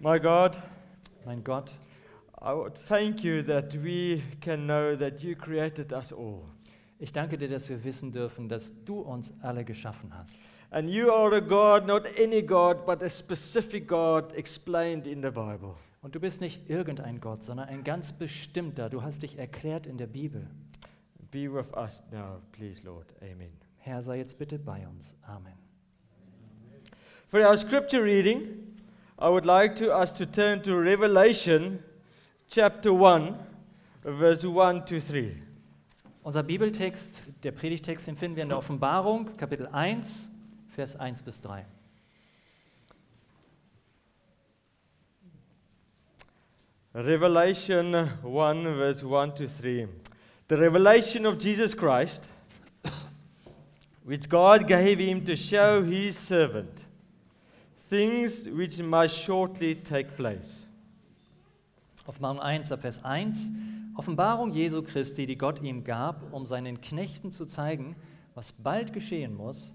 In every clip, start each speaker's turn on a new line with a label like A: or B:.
A: My God,
B: Mein Gott,
A: I would thank you that we can know that you created us all.
B: ich danke dir, dass wir wissen dürfen, dass du uns alle geschaffen hast.
A: And you are a God, not any God, but a specific God explained in the Bible.
B: Und du bist nicht irgendein Gott, sondern ein ganz bestimmter. Du hast dich erklärt in der Bibel.
A: Be with us now, please, Lord. Amen.
B: Herr, sei jetzt bitte bei uns. Amen.
A: For our scripture reading, I would like to us to turn to Revelation chapter 1, verse 1 to 3.
B: Unser Bibeltext, der Predigtext, den finden wir in der Offenbarung, Kapitel 1, Vers 1 bis 3.
A: Revelation 1, verse 1 to 3. The revelation of Jesus Christ, which God gave him to show his servant things which must shortly take place.
B: Offenbarung 1, ab Vers 1. Offenbarung Jesu Christi, die Gott ihm gab, um seinen Knechten zu zeigen, was bald geschehen muss.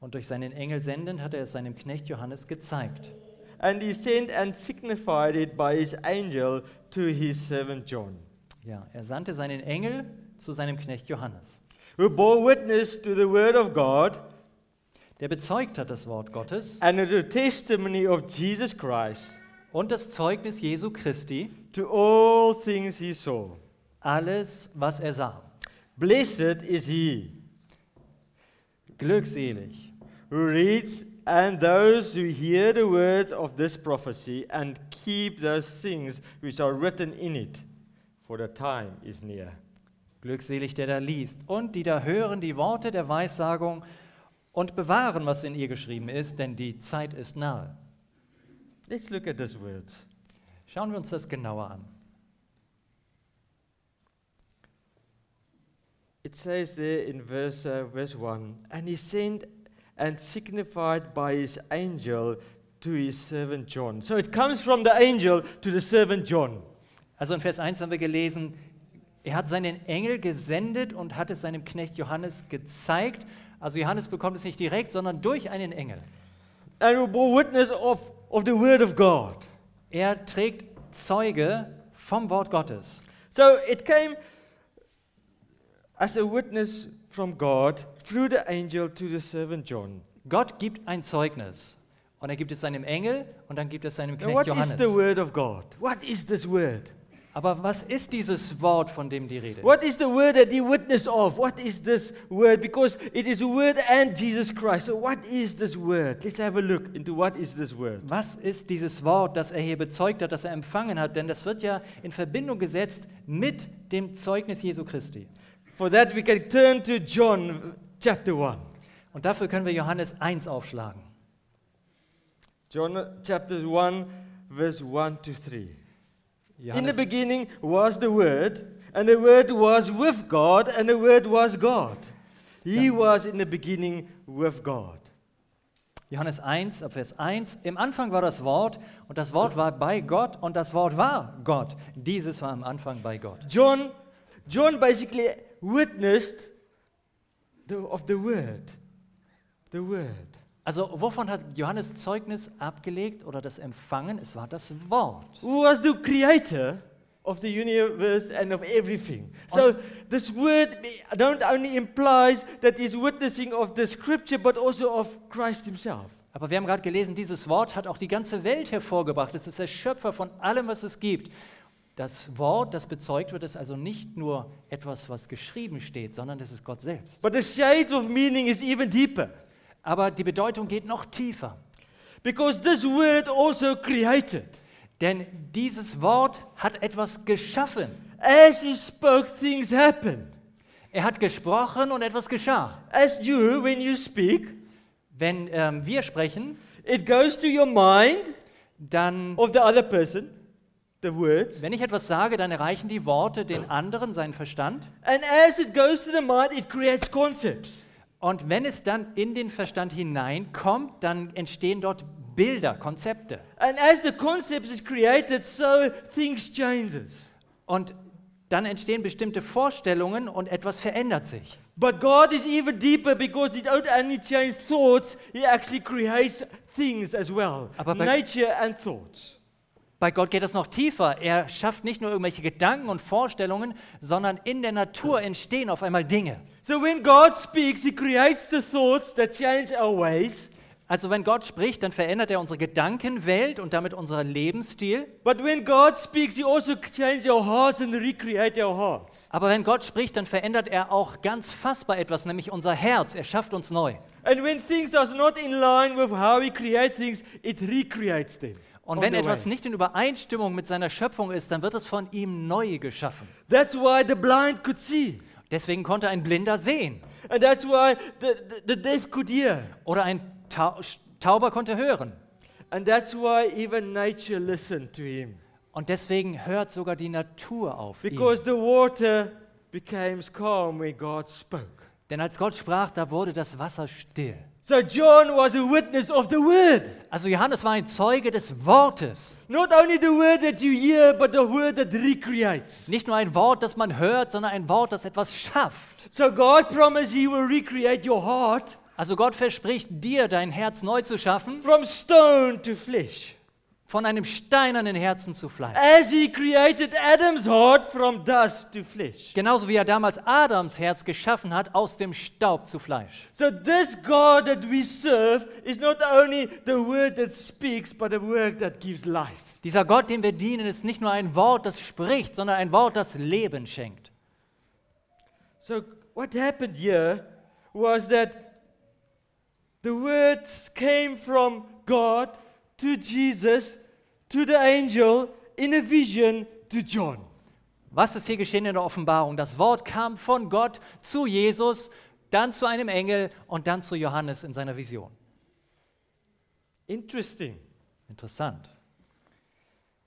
B: Und durch seinen Engel sendend hat er es seinem Knecht Johannes gezeigt.
A: And he sent and signified it by his angel to his servant John,
B: Ja, er sandte seinen Engel zu seinem Knecht Johannes,
A: who bore witness to the word of God
B: der bezeugt hat das Wort Gottes
A: and to the testimony of Jesus Christ
B: und das Zeugnis Jesu Christi,
A: to all things he saw.
B: alles, was er sah.
A: Blessed is he
B: Glückselig,
A: who reads and those who hear the words of this prophecy and keep those things which are written in it, for the time is near.
B: glückselig, der da liest und die da hören die Worte der Weissagung und bewahren, was in ihr geschrieben ist, denn die Zeit ist nahe.
A: Let's look at these words.
B: Schauen wir uns das genauer an.
A: It says there in verse, uh, verse 1 And he sent and signified by his angel to his servant John. So it comes from the angel to the servant John.
B: Also in Vers 1 haben wir gelesen, er hat seinen Engel gesendet und hat es seinem Knecht Johannes gezeigt. Also Johannes bekommt es nicht direkt, sondern durch einen Engel.
A: And who bore witness of, of the word of God.
B: Er trägt Zeuge vom Wort Gottes.
A: So it came as a witness from God through the angel to the servant John.
B: Gott gibt ein Zeugnis. Und er gibt es seinem Engel und dann gibt es seinem
A: Now, what
B: Knecht
A: is the
B: Johannes.
A: word of God? What is this word?
B: Aber was ist dieses Wort, von dem die Rede
A: What
B: ist?
A: is the word that he witnessed of? What is this word? Because it is a word and Jesus Christ. So, what is this word? Let's have a look into what is this word.
B: Was ist dieses Wort, das er hier bezeugt hat, das er empfangen hat? Denn das wird ja in Verbindung gesetzt mit dem Zeugnis Jesu Christi.
A: For that, we can turn to John chapter 1.
B: Und dafür können wir Johannes 1 aufschlagen.
A: John chapter 1, verse 1 to 3. In the
B: Johannes,
A: beginning was the Word, and the Word was with God, and the Word was God. He was in the beginning with God.
B: Johannes 1, ab Vers 1. Im Anfang war das Wort und das Wort war bei Gott und das Wort war Gott. Dieses war am Anfang bei Gott.
A: John, John basically witnessed the, of the Word. The Word.
B: Also wovon hat Johannes Zeugnis abgelegt oder das Empfangen? Es war das Wort.
A: Who was the creator of the universe and of everything. So this word not only implies that he's witnessing of the scripture, but also of Christ himself.
B: Aber wir haben gerade gelesen, dieses Wort hat auch die ganze Welt hervorgebracht. Es ist der Schöpfer von allem, was es gibt. Das Wort, das bezeugt wird, ist also nicht nur etwas, was geschrieben steht, sondern es ist Gott selbst.
A: But the shades of meaning is even deeper.
B: Aber die Bedeutung geht noch tiefer.
A: Because this word also created.
B: Denn dieses Wort hat etwas geschaffen.
A: As he spoke, things happen.
B: Er hat gesprochen und etwas geschah.
A: As you, when you speak,
B: Wenn ähm, wir sprechen,
A: it goes to your mind
B: dann,
A: of the other person, the words.
B: wenn ich etwas sage, dann erreichen die Worte den anderen seinen Verstand.
A: And as it goes to the mind, it creates concepts.
B: Und wenn es dann in den Verstand hineinkommt, dann entstehen dort Bilder, Konzepte.
A: And as the concepts is created, so things changes.
B: Und dann entstehen bestimmte Vorstellungen und etwas verändert sich.
A: But God is even deeper because he don't only change thoughts, he actually creates things as well.
B: Aber by-
A: Nature and thoughts.
B: Bei Gott geht es noch tiefer. Er schafft nicht nur irgendwelche Gedanken und Vorstellungen, sondern in der Natur entstehen auf einmal Dinge.
A: So when God speaks, He creates the thoughts that change our ways.
B: Also wenn Gott spricht, dann verändert er unsere Gedankenwelt und damit unseren Lebensstil.
A: But when God speaks, He also changes our hearts and recreate our hearts.
B: Aber wenn Gott spricht, dann verändert er auch ganz fassbar etwas, nämlich unser Herz. Er schafft uns neu.
A: And when things are not in line with how He creates things, it recreates them.
B: Und
A: on
B: wenn
A: the
B: etwas
A: way.
B: nicht in Übereinstimmung mit seiner Schöpfung ist, dann wird es von ihm neu geschaffen.
A: That's why the blind could see.
B: Deswegen konnte ein Blinder sehen
A: And that's why the, the, the deaf could hear.
B: oder ein Tau Tauber konnte hören.
A: And that's why even nature listened to him.
B: Und deswegen hört sogar die Natur auf. Ihn.
A: Because the water became calm when God spoke.
B: Denn als Gott sprach, da wurde das Wasser still.
A: So John was a witness of the word.
B: Also Johannes war ein Zeuge des Wortes.
A: Not only the word that you hear, but the word that recreates.
B: Nicht nur ein Wort, das man hört, sondern ein Wort, das etwas schafft.
A: So God promised he will recreate your heart
B: Also Gott verspricht dir, dein Herz neu zu schaffen,
A: from stone to flesh.
B: von einem steinernen Herzen zu Fleisch.
A: As he created Adam's heart from dust to flesh.
B: Genauso wie er damals Adams Herz geschaffen hat, aus dem Staub zu Fleisch.
A: So this God that we serve is not only the word that speaks, but the word that gives life.
B: Dieser Gott, dem wir dienen, ist nicht nur ein Wort, das spricht, sondern ein Wort, das Leben schenkt.
A: So what happened here was that the words came from God to Jesus to the angel in a vision to John.
B: Was ist hier geschehen in der Offenbarung? Das Wort kam von Gott zu Jesus, dann zu einem Engel und dann zu Johannes in seiner Vision.
A: Interesting.
B: Interessant.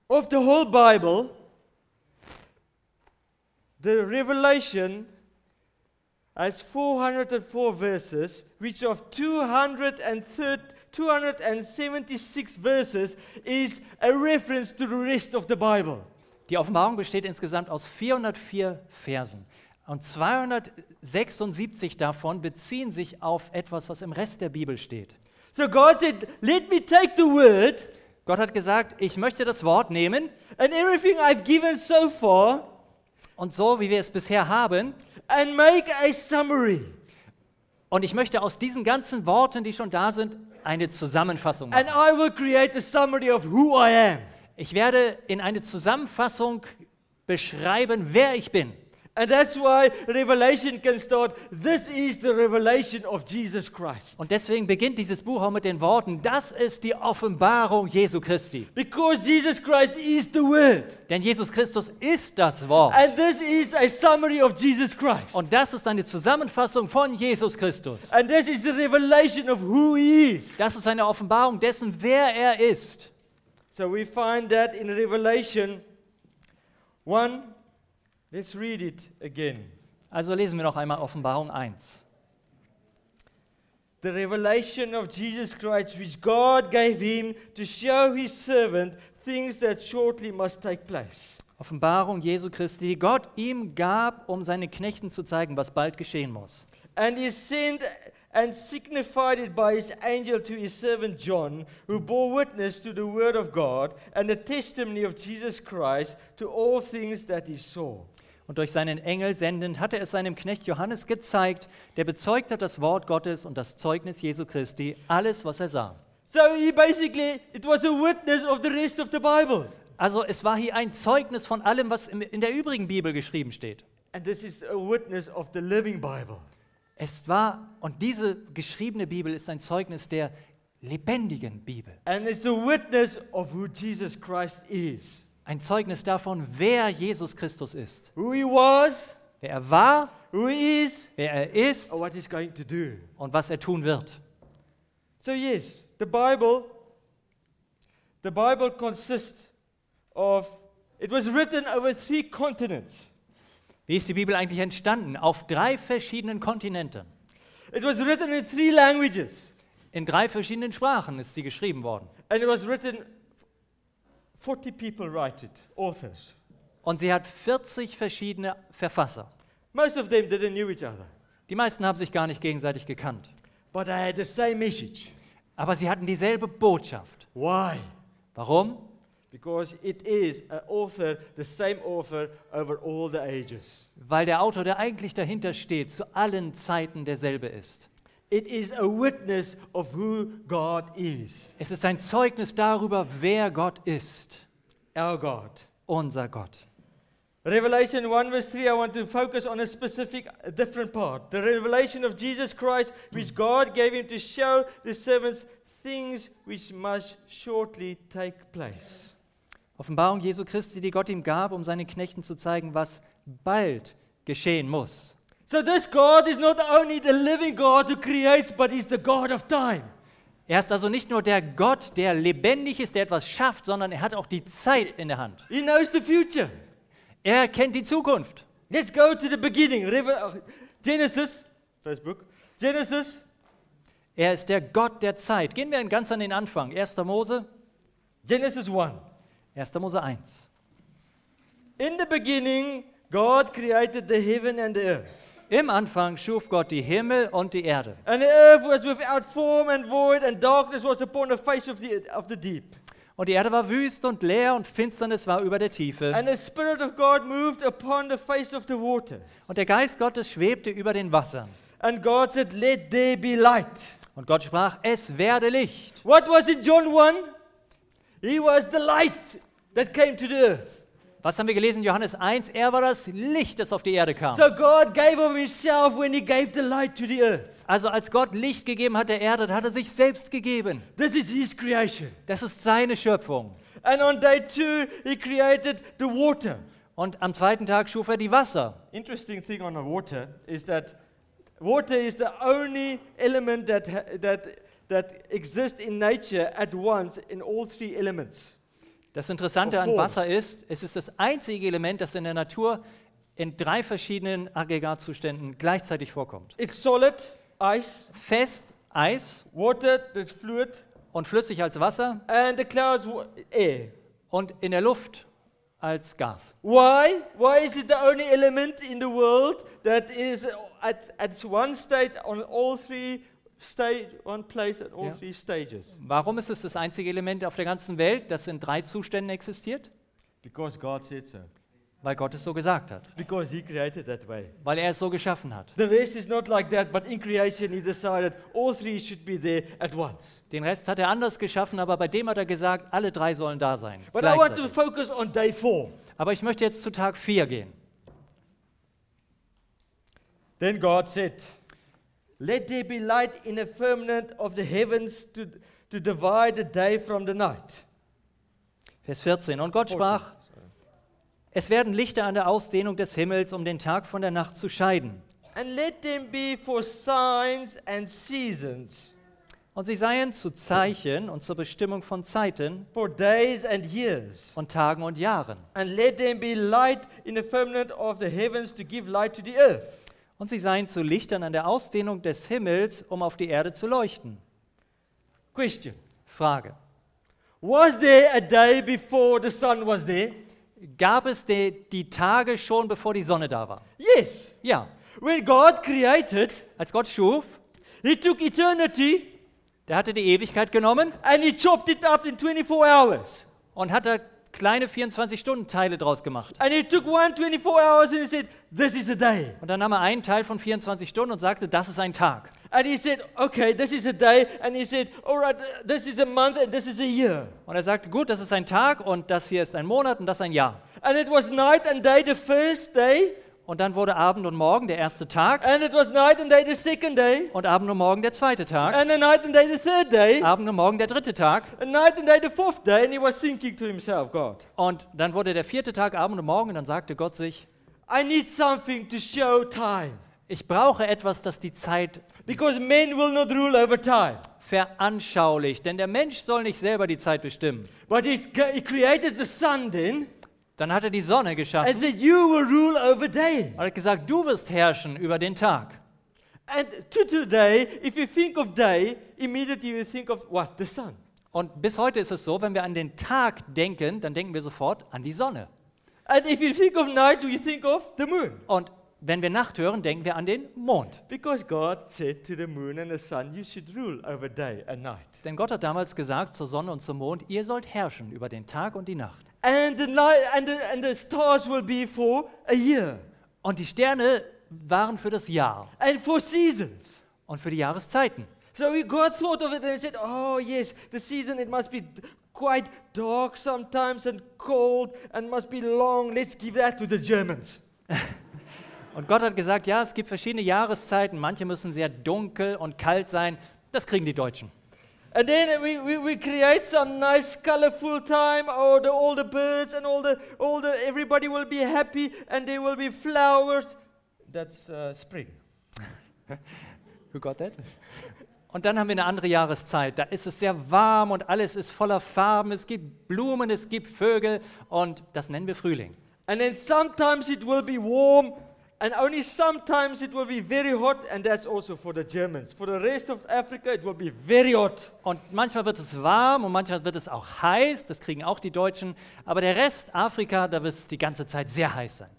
A: Of the whole Bible, the Revelation has 404 verses, which of 230 276 verses is a reference to the rest of the Bible.
B: Die Offenbarung besteht insgesamt aus 404 Versen. Und 276 davon beziehen sich auf etwas, was im Rest der Bibel steht.
A: So God said, Let me take the word
B: Gott hat gesagt, ich möchte das Wort nehmen
A: and everything I've given so far
B: und so, wie wir es bisher haben,
A: and make a summary.
B: und ich möchte aus diesen ganzen Worten, die schon da sind, eine Zusammenfassung
A: And
B: machen.
A: I will create a summary of who I am.
B: Ich werde in eine Zusammenfassung beschreiben, wer ich bin.
A: And that's why Revelation can start. This is the revelation of Jesus Christ.
B: Und deswegen beginnt dieses Buch auch mit den Worten, das ist die Offenbarung Jesu Christi.
A: Because Jesus Christ is the Word.
B: Denn Jesus Christus ist das Wort.
A: And this is a summary of Jesus Christ.
B: Und das ist eine Zusammenfassung von Jesus Christus.
A: And this is the revelation of who He is.
B: Das ist eine Offenbarung dessen, wer er ist.
A: So we find that in Revelation 1. Let's read it again.
B: Also lesen wir noch einmal Offenbarung 1.
A: the revelation of Jesus Christ, which God gave him to show his servant things that shortly must take place.
B: Offenbarung Jesu Christi, die Gott ihm gab, um seinen Knechten zu zeigen, was bald geschehen muss.
A: And he sent and signified it by his angel to his servant John, who bore witness to the word of God and the testimony of Jesus Christ to all things that he saw.
B: Und durch seinen Engel sendend hatte es seinem Knecht Johannes gezeigt, der bezeugt hat das Wort Gottes und das Zeugnis Jesu Christi, alles, was er sah.
A: So he basically, it was a witness of the rest of the Bible.
B: Also es war hier ein Zeugnis von allem, was im- in der übrigen Bibel geschrieben steht.
A: And this is a witness of the living Bible.
B: Es war, und diese geschriebene Bibel ist ein Zeugnis der lebendigen Bibel.
A: And it's a witness of who Jesus Christ is.
B: Ein Zeugnis davon, wer Jesus Christus ist.
A: Who he was,
B: Wer er war,
A: who he is,
B: wer er ist
A: or what he's going to do.
B: und was er tun wird.
A: So yes, the Bible, the Bible consists of. It was written over three continents.
B: Wie ist die Bibel eigentlich entstanden? Auf drei verschiedenen Kontinenten.
A: It was written in three languages,
B: In drei verschiedenen Sprachen ist sie geschrieben worden.
A: and it was written. Forty people write it, authors.
B: Und sie hat 40 verschiedene Verfasser.
A: Most of them didn't know each other,
B: Die meisten haben sich gar nicht gegenseitig gekannt.
A: but they had the same message.
B: Aber sie hatten dieselbe Botschaft.
A: Why?
B: Warum?
A: because it is an author, the same author over all the ages.
B: weil der Autor, der eigentlich dahinter steht, zu allen Zeiten derselbe ist.
A: It is a witness of who God is,
B: Es ist ein Zeugnis darüber, wer Gott ist,
A: our God.
B: unser Gott.
A: Revelation 1 verse 3, I want to focus on a specific, a different part. The revelation of Jesus Christ, which God gave him to show the servants things which must shortly take place.
B: Offenbarung Jesu Christi, die Gott ihm gab, um seinen Knechten zu zeigen, was bald geschehen muss.
A: So, this God is not only the living God who creates, but He's the God of time.
B: Er ist also nicht nur der Gott, der lebendig ist, der etwas schafft, sondern er hat auch die Zeit in der Hand.
A: He knows the future.
B: Er kennt die Zukunft.
A: Let's go to the beginning. Reve- Genesis, first book. Genesis
B: Er ist der Gott der Zeit. Gehen wir ganz an den Anfang. 1. Mose,
A: Genesis 1.
B: 1. Mose 1.
A: In the beginning, God created the heaven and the earth.
B: Im Anfang schuf Gott die Himmel und die Erde.
A: And the earth was without form and void, and darkness was upon the face of the, of the deep.
B: Und die Erde war wüst und leer und Finsternis war über der Tiefe.
A: And the Spirit of God moved upon the face of the water.
B: Und der Geist Gottes schwebte über den Wassern.
A: And God said, Let there be light.
B: Und Gott sprach, es werde Licht.
A: What was in John 1? He was the light that came to the earth.
B: Was haben wir gelesen in Johannes 1? Er war das Licht, das auf die Erde kam.
A: So God gave of Himself when He gave the light to the earth.
B: Also als Gott Licht gegeben hat der Erde, da hat er sich selbst gegeben.
A: This is His creation.
B: Das ist seine Schöpfung.
A: And on day two, He created the water.
B: Und am zweiten Tag schuf er die Wasser.
A: Interesting thing on the water is that water is the only element that, ha- that, that exists in nature at once in all three elements.
B: Das Interessante
A: Of
B: an
A: course.
B: Wasser ist, es ist das einzige Element, das in der Natur in drei verschiedenen Aggregatzuständen gleichzeitig vorkommt.
A: It's solid, ice,
B: Fest, Eis
A: water, that's fluid,
B: und flüssig als Wasser
A: and the clouds, wa- air.
B: und in der Luft als Gas.
A: Why? Why is it the only element in the world that is at, at one state on all three stage, one place at all
B: Yeah.
A: three stages?
B: Warum ist es das einzige Element auf der ganzen Welt, das in drei Zuständen existiert?
A: Because God said so.
B: Weil Gott es so gesagt hat,
A: Because He created that way.
B: weil er es so geschaffen hat.
A: The rest is not like that, but in creation He decided all three should be there at once.
B: Den Rest hat er anders geschaffen, aber bei dem hat er gesagt, alle drei sollen da sein.
A: But I want to
B: gleichzeitig.
A: focus on day four.
B: Aber ich möchte jetzt zu Tag 4 gehen.
A: Then God said, Let there be light in the firmament of the heavens to, to divide the day from the night.
B: Vers 14. Und Gott
A: 14,
B: sprach, es werden Lichter an der Ausdehnung des Himmels, um den Tag von der Nacht zu scheiden.
A: And let them be for signs and seasons,
B: Und sie seien zu Zeichen und zur Bestimmung von Zeiten
A: for days and years.
B: und Tagen und Jahren.
A: And let them be light in the firmament of the heavens to give light to the earth.
B: Und sie seien zu Lichtern an der Ausdehnung des Himmels, um auf die Erde zu leuchten.
A: Question
B: Frage.
A: Was there a day before the sun was there?
B: Gab es die, die Tage schon, bevor die Sonne da war?
A: Yes.
B: Ja.
A: When God created,
B: Als Gott schuf,
A: He took eternity
B: der hatte die Ewigkeit genommen
A: and He chopped it up in 24 hours.
B: und hat da kleine 24-Stunden-Teile draus gemacht.
A: And He took one 24 hours and He said, This is a day.
B: Und dann nahm er einen Teil von 24 Stunden und sagte, das ist ein Tag.
A: And He said, Okay, this is a day. And He said, All right, uh, this is a month and this is a year.
B: Und er sagte, gut, das ist ein Tag und das hier ist ein Monat und das ein Jahr.
A: And it was night and day the first day.
B: Und dann wurde Abend und Morgen der erste Tag
A: And it was night and day the second day.
B: und Abend und Morgen der zweite Tag,
A: And a night and day the third day.
B: Abend und Morgen der dritte Tag
A: And night and day the fourth day. And He was thinking to Himself, God,
B: und dann wurde der vierte Tag Abend und Morgen und dann sagte Gott sich,
A: I need something to show time.
B: ich brauche etwas, das die Zeit
A: Because men will not rule over time.
B: veranschaulicht, denn der Mensch soll nicht selber die Zeit bestimmen.
A: But he, he created the sun then
B: Dann hat er die Sonne
A: and
B: geschaffen
A: said, You will rule over day.
B: und hat gesagt, du wirst herrschen über den Tag.
A: And to today, if you think of day, immediately you think of what? The sun.
B: Und bis heute ist es so, wenn wir an den Tag denken, dann denken wir sofort an die Sonne.
A: And if you think of night, do you think of the moon?
B: Und Wenn wir Nacht hören, denken wir an den Mond.
A: Because God said to the moon and the sun, You should rule over day and night.
B: Denn Gott hat damals gesagt zur Sonne und zum Mond, ihr sollt herrschen über den Tag und die Nacht.
A: And the, night, and, the, and the stars will be for a year
B: Und die Sterne waren für das Jahr
A: and for seasons.
B: und für die Jahreszeiten.
A: So we- God thought of it and he said, Oh, yes, the season, it must be d- quite dark sometimes and cold and must be long. Let's give that to the Germans.
B: Und Gott hat gesagt, ja, es gibt verschiedene Jahreszeiten, manche müssen sehr dunkel und kalt sein, das kriegen die Deutschen.
A: And then we, we, we create some nice colorful time, or the, all the birds and all the, all the, everybody will be happy and there will be flowers. That's uh, spring.
B: You got that? Und dann haben wir eine andere Jahreszeit. Da ist es sehr warm und alles ist voller Farben. Es gibt Blumen, es gibt Vögel und das nennen wir Frühling.
A: And then sometimes it will be warm, and only sometimes it will be very hot, and that's also for the Germans. For the rest of Africa, it will be very hot.
B: Und manchmal wird es warm und manchmal wird es auch heiß. Das kriegen auch die Deutschen. Aber der Rest Afrika, da wird es die ganze Zeit sehr heiß sein.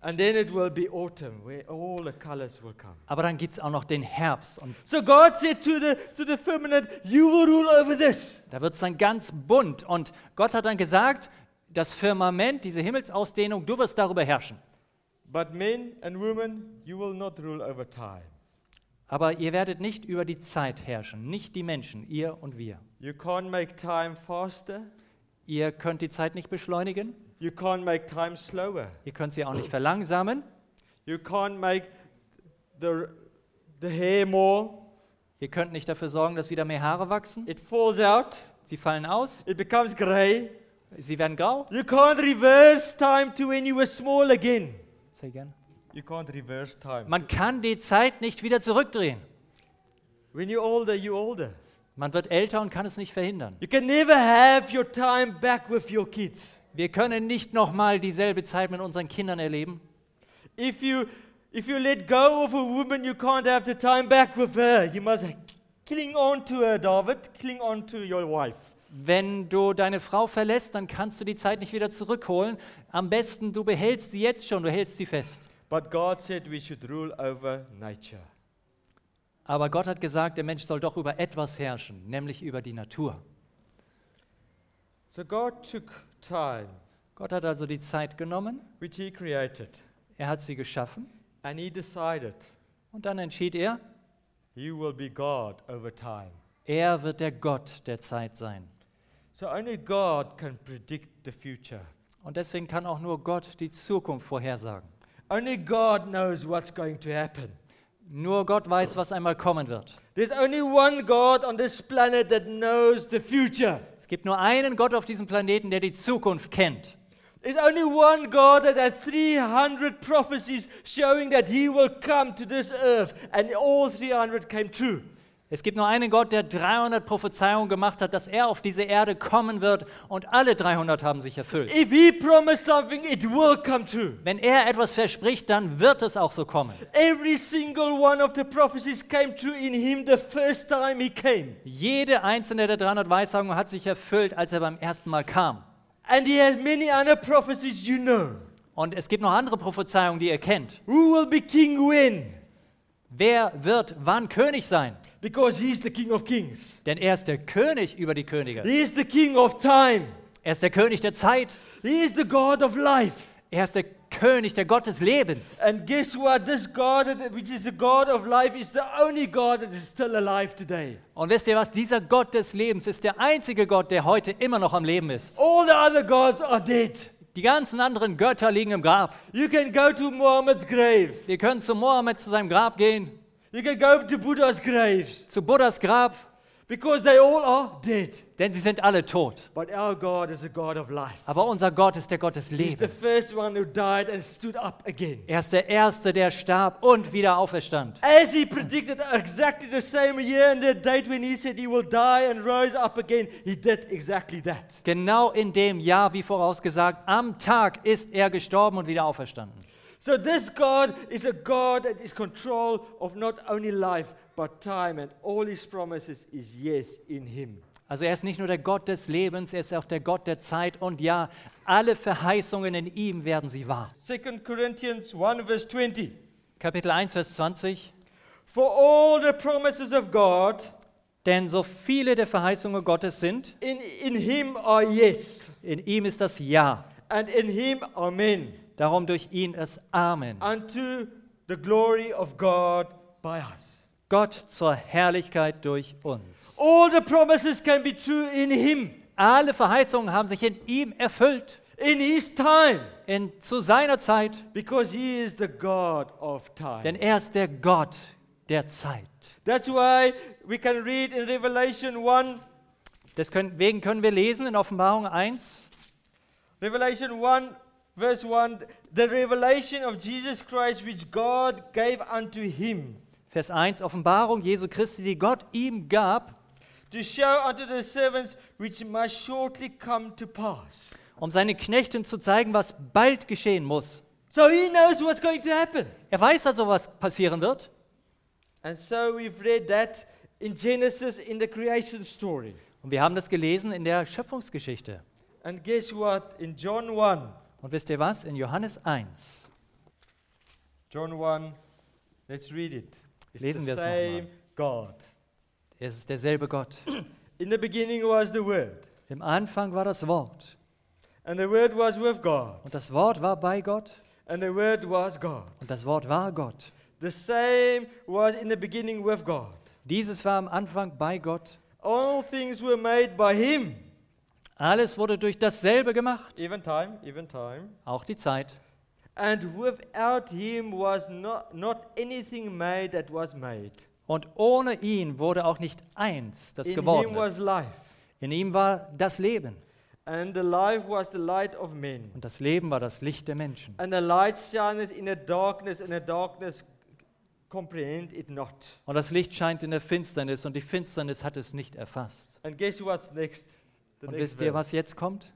A: And then it will be autumn, where all the colors will come.
B: Aber dann gibt es auch noch den Herbst und
A: So God said to the, to the firmament, You will rule over this.
B: da wird es dann ganz bunt. Und Gott hat dann gesagt, das Firmament, diese Himmelsausdehnung, du wirst darüber herrschen.
A: But men and women, you will not rule over time.
B: Aber ihr werdet nicht über die Zeit herrschen, nicht die Menschen, ihr und wir.
A: You can't make time faster.
B: Ihr könnt die Zeit nicht beschleunigen,
A: You can't make time slower.
B: ihr könnt sie auch nicht verlangsamen,
A: You can't make the, the hair more.
B: ihr könnt nicht dafür sorgen, dass wieder mehr Haare wachsen.
A: It falls out.
B: Sie fallen aus,
A: It becomes gray.
B: sie werden grau.
A: You can't reverse time to when you were small again.
B: Say again.
A: You can't reverse time.
B: Man kann die Zeit nicht wieder zurückdrehen.
A: When you're older, you're older.
B: Man wird älter und kann es nicht verhindern.
A: You can never have your time back with your kids.
B: Wir können nicht nochmal dieselbe Zeit mit unseren Kindern erleben.
A: If you if you let go of a woman, you can't have the time back with her. You must cling on to her, David. Cling on to your wife.
B: Wenn du deine Frau verlässt, dann kannst du die Zeit nicht wieder zurückholen. Am besten, du behältst sie jetzt schon, du hältst sie fest.
A: But God said we should rule over nature.
B: Aber Gott hat gesagt, der Mensch soll doch über etwas herrschen, nämlich über die Natur.
A: So God took time,
B: Gott hat also die Zeit genommen,
A: which He created,
B: er hat sie geschaffen
A: and He decided
B: und dann entschied er,
A: He will be God over time.
B: er wird der Gott der Zeit sein.
A: So only God can predict the future.
B: Und deswegen kann auch nur Gott die Zukunft vorhersagen.
A: Only God knows what's going to happen.
B: Nur Gott weiß, was einmal kommen wird.
A: There's only one God on this planet that knows the future.
B: Es gibt nur einen Gott auf diesem Planeten, der die Zukunft kennt.
A: There's only one God that had 300 prophecies showing that he will come to this earth, and all 300 came true.
B: Es gibt nur einen Gott, der 300 Prophezeiungen gemacht hat, dass er auf diese Erde kommen wird und alle 300 haben sich erfüllt.
A: If he promised something, it will come true.
B: Wenn er etwas verspricht, dann wird es auch so kommen.
A: Every single one of the prophecies came true in him the first time he came.
B: Jede einzelne der 300 Weissagungen hat sich erfüllt, als er beim ersten Mal kam.
A: And he has many other prophecies you know.
B: Und es gibt noch andere Prophezeiungen, die ihr kennt.
A: Who will be king when?
B: Wer wird wann König sein?
A: Because he's the king of kings.
B: Denn er ist der König über die Könige.
A: He is the king of time.
B: Er ist der König der Zeit.
A: He is the God of life.
B: Er ist der König, der Gott des Lebens.
A: And guess what? This God, that- which is the God of life, is the only God that is still alive today.
B: Und wisst ihr was? Dieser Gott des Lebens ist der einzige Gott, der heute immer noch am Leben ist.
A: All the other gods are dead.
B: Die ganzen anderen Götter liegen im Grab.
A: You can go to Muhammad's grave.
B: Wir können zu Mohammed zu seinem Grab gehen,
A: You can go to Buddha's graves
B: zu Buddhas Grab,
A: because they all are dead.
B: denn sie sind alle tot.
A: But our God is a God of life.
B: Aber unser Gott ist der Gott des
A: He's the
B: Lebens.
A: first one who died and stood up again.
B: Er ist der Erste, der starb und wieder auferstand.
A: As he predicted exactly the same year and the date when he said he will die and rise up again, he did exactly that.
B: Genau in dem Jahr, wie vorausgesagt, am Tag ist er gestorben und wieder auferstanden.
A: So this God is a God that is control of not only life but time and all his promises is yes in him.
B: Also er ist nicht nur der Gott des Lebens, er ist auch der Gott der Zeit und ja, alle Verheißungen in ihm werden sie wahr.
A: 2 Corinthians 1, verse 20.
B: Kapitel 1, Vers 20.
A: For all the promises of God
B: Denn so viele der Verheißungen Gottes sind,
A: in, in him are yes,
B: in ihm ist das Ja.
A: and in him amen,
B: Darum durch ihn das Amen.
A: unto the glory of God by us.
B: Gott zur Herrlichkeit durch uns.
A: All the promises can be true in him,
B: Alle Verheißungen haben sich in ihm erfüllt,
A: in his time,
B: in, zu seiner Zeit,
A: because he is the God of time.
B: denn er ist der Gott der Zeit.
A: That's why we can read in Revelation 1,
B: Deswegen können wir lesen in Offenbarung 1,
A: Revelation 1, verse 1, the revelation of Jesus Christ which God gave unto him
B: Vers 1, Offenbarung Jesu Christi, die Gott ihm gab,
A: to show unto the servants which must shortly come to pass.
B: um seinen Knechten zu zeigen, was bald geschehen muss.
A: So he knows what's going to happen.
B: Er weiß also, was passieren wird.
A: And so we've read that in Genesis in the creation story.
B: Und wir haben das gelesen in der Schöpfungsgeschichte.
A: And guess what? In John 1,
B: Und wisst ihr was? In Johannes 1.
A: John 1, let's read it. It's
B: Lesen
A: the
B: wir es noch
A: same
B: mal.
A: God.
B: Es ist derselbe Gott.
A: In the beginning was the Word,
B: Im Anfang war das Wort.
A: and the Word was with God,
B: Und das Wort war bei Gott.
A: and the Word was God.
B: Und das Wort war Gott.
A: The same was in the beginning with God.
B: Dieses war am Anfang bei Gott.
A: All things were made by Him.
B: Alles wurde durch dasselbe gemacht.
A: Even time, even time.
B: Auch die Zeit.
A: And without Him was not, not anything made that was made.
B: Und ohne ihn wurde auch nicht eins, das
A: in Him
B: geworden
A: was
B: ist.
A: life,
B: In ihm war das Leben.
A: and the life was the light of men.
B: Und das Leben war das Licht der Menschen.
A: And the light shineth in the darkness, and the darkness comprehend it not.
B: Und das Licht scheint in der Finsternis und die Finsternis hat es nicht erfasst.
A: And guess what's next? The
B: Und
A: next
B: wisst ihr,
A: verse.
B: was jetzt kommt?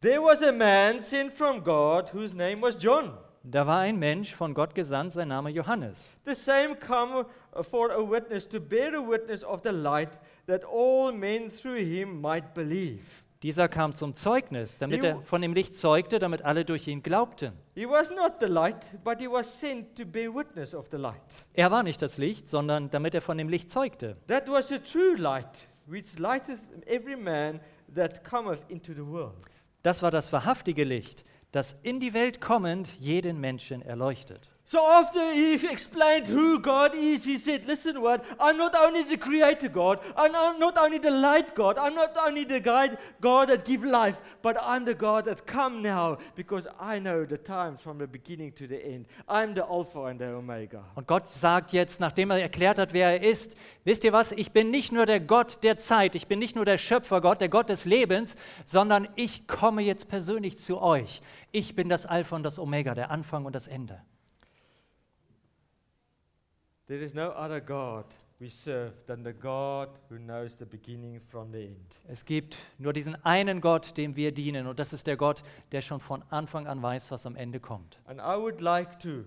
A: There was a man sent from God whose name was John.
B: Da war ein Mensch von Gott gesandt, sein Name Johannes.
A: The same come uh, for a witness to bear a witness of the light that all men through him might believe.
B: Dieser kam zum Zeugnis, damit er von dem Licht zeugte, damit alle durch ihn glaubten.
A: He was not the light, but he was sent to bear witness of the light.
B: Er war nicht das Licht, sondern damit er von dem Licht zeugte.
A: That was the true light, which lighteth every man that cometh into the world.
B: Das war das wahrhaftige Licht, das in die Welt kommend jeden Menschen erleuchtet.
A: So after he explained who God is, he said, Listen, what? I'm not only the creator God, I'm not- not only the light God, I'm not only the guide God that give life, but I'm the God that come now because I know the time from the beginning to the end. I'm the Alpha and the Omega.
B: Und Gott sagt jetzt, nachdem er erklärt hat, wer er ist, wisst ihr was, ich bin nicht nur der Gott der Zeit, ich bin nicht nur der Schöpfergott, der Gott des Lebens, sondern ich komme jetzt persönlich zu euch. Ich bin das Alpha und das Omega, der Anfang und das Ende.
A: There is no other God we serve than the God who knows the beginning from the end.
B: Es gibt nur diesen einen Gott, dem wir dienen, und das ist der Gott, der schon von Anfang an weiß, was am Ende kommt.
A: And I would like to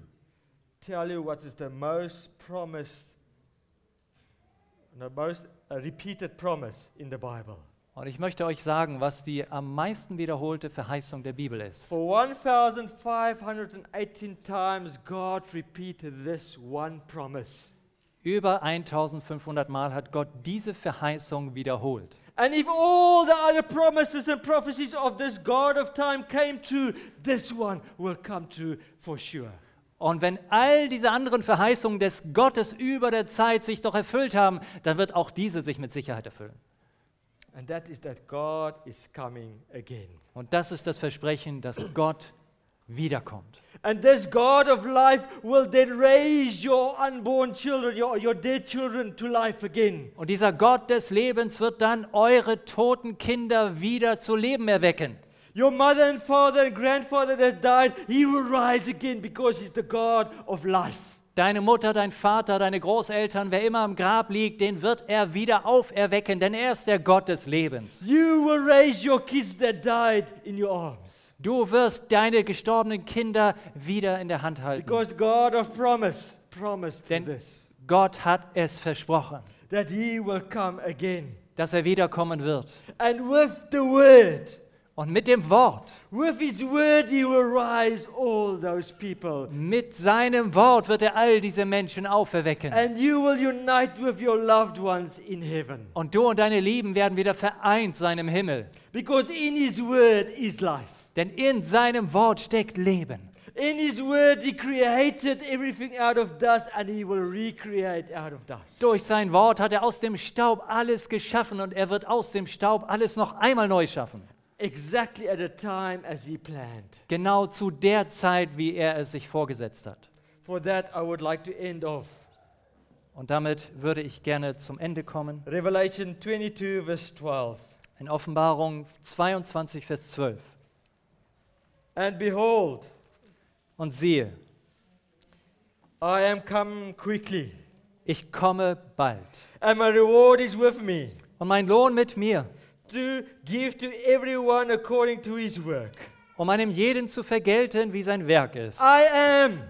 A: tell you what is the most promised, the most uh, repeated promise in the Bible.
B: Und ich möchte euch sagen, was die am meisten wiederholte Verheißung der Bibel ist.
A: For 1,518 times, God repeated this one promise.
B: Über 1500 Mal hat Gott diese Verheißung wiederholt.
A: And if all the other promises and prophecies of this God of time came true, this one will come true for sure.
B: Und wenn all diese anderen Verheißungen des Gottes über der Zeit sich doch erfüllt haben, dann wird auch diese sich mit Sicherheit erfüllen.
A: And that is that God is coming again.
B: Und das ist das Versprechen, dass Gott wiederkommt.
A: And this God of life will then raise your unborn children, your, your dead children to life again.
B: Und dieser Gott des Lebens wird dann eure toten Kinder wieder zu Leben erwecken.
A: Your mother and father and grandfather that died, he will rise again because he's the God of life.
B: Deine Mutter, dein Vater, deine Großeltern, wer immer am Grab liegt, den wird er wieder auferwecken, denn er ist der Gott des Lebens.
A: You will raise your kids that died in your arms
B: Du wirst deine gestorbenen Kinder wieder in der Hand halten.
A: because God of promise promised
B: Then-
A: this.
B: Gott hat es versprochen.
A: that he will come again.
B: dass er wiederkommen wird.
A: And with the word,
B: Und mit dem Wort,
A: with his word, he will rise all those people.
B: mit seinem Wort wird er all diese Menschen auferwecken.
A: And you will unite with your loved ones in heaven.
B: Und du und deine Lieben werden wieder vereint sein im Himmel.
A: Because in his word is life.
B: Denn in seinem Wort steckt Leben.
A: In his word, he created everything out of dust and he will recreate out of dust.
B: Durch sein Wort hat er aus dem Staub alles geschaffen und er wird aus dem Staub alles noch einmal neu schaffen.
A: Exactly at a time as he planned.
B: Genau zu der Zeit, wie er es sich vorgesetzt hat.
A: For that, I would like to end off.
B: Und damit würde ich gerne zum Ende kommen.
A: Revelation 22, verse 12.
B: In Offenbarung 22, Vers 12.
A: And behold,
B: Und siehe,
A: I am come quickly,
B: ich komme bald.
A: and my reward is with me
B: Und mein Lohn mit mir,
A: to give to everyone according to his work.
B: um einem jeden zu vergelten, wie sein Werk ist.
A: I am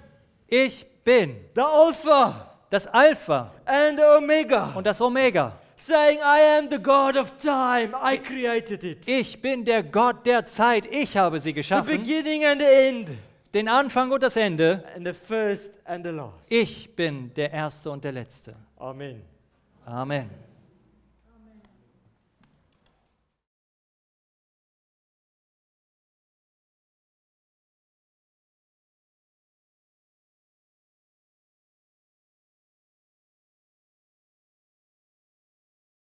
B: Ich bin
A: the Alpha
B: das Alpha
A: and the Omega,
B: und das Omega.
A: saying, I am the God of time, I created it.
B: Ich bin der Gott der Zeit. Ich habe sie
A: The
B: geschaffen.
A: beginning and the end,
B: Den Anfang und das Ende.
A: and the first and the last.
B: Ich bin der Erste und der Letzte.
A: Amen.
B: Amen.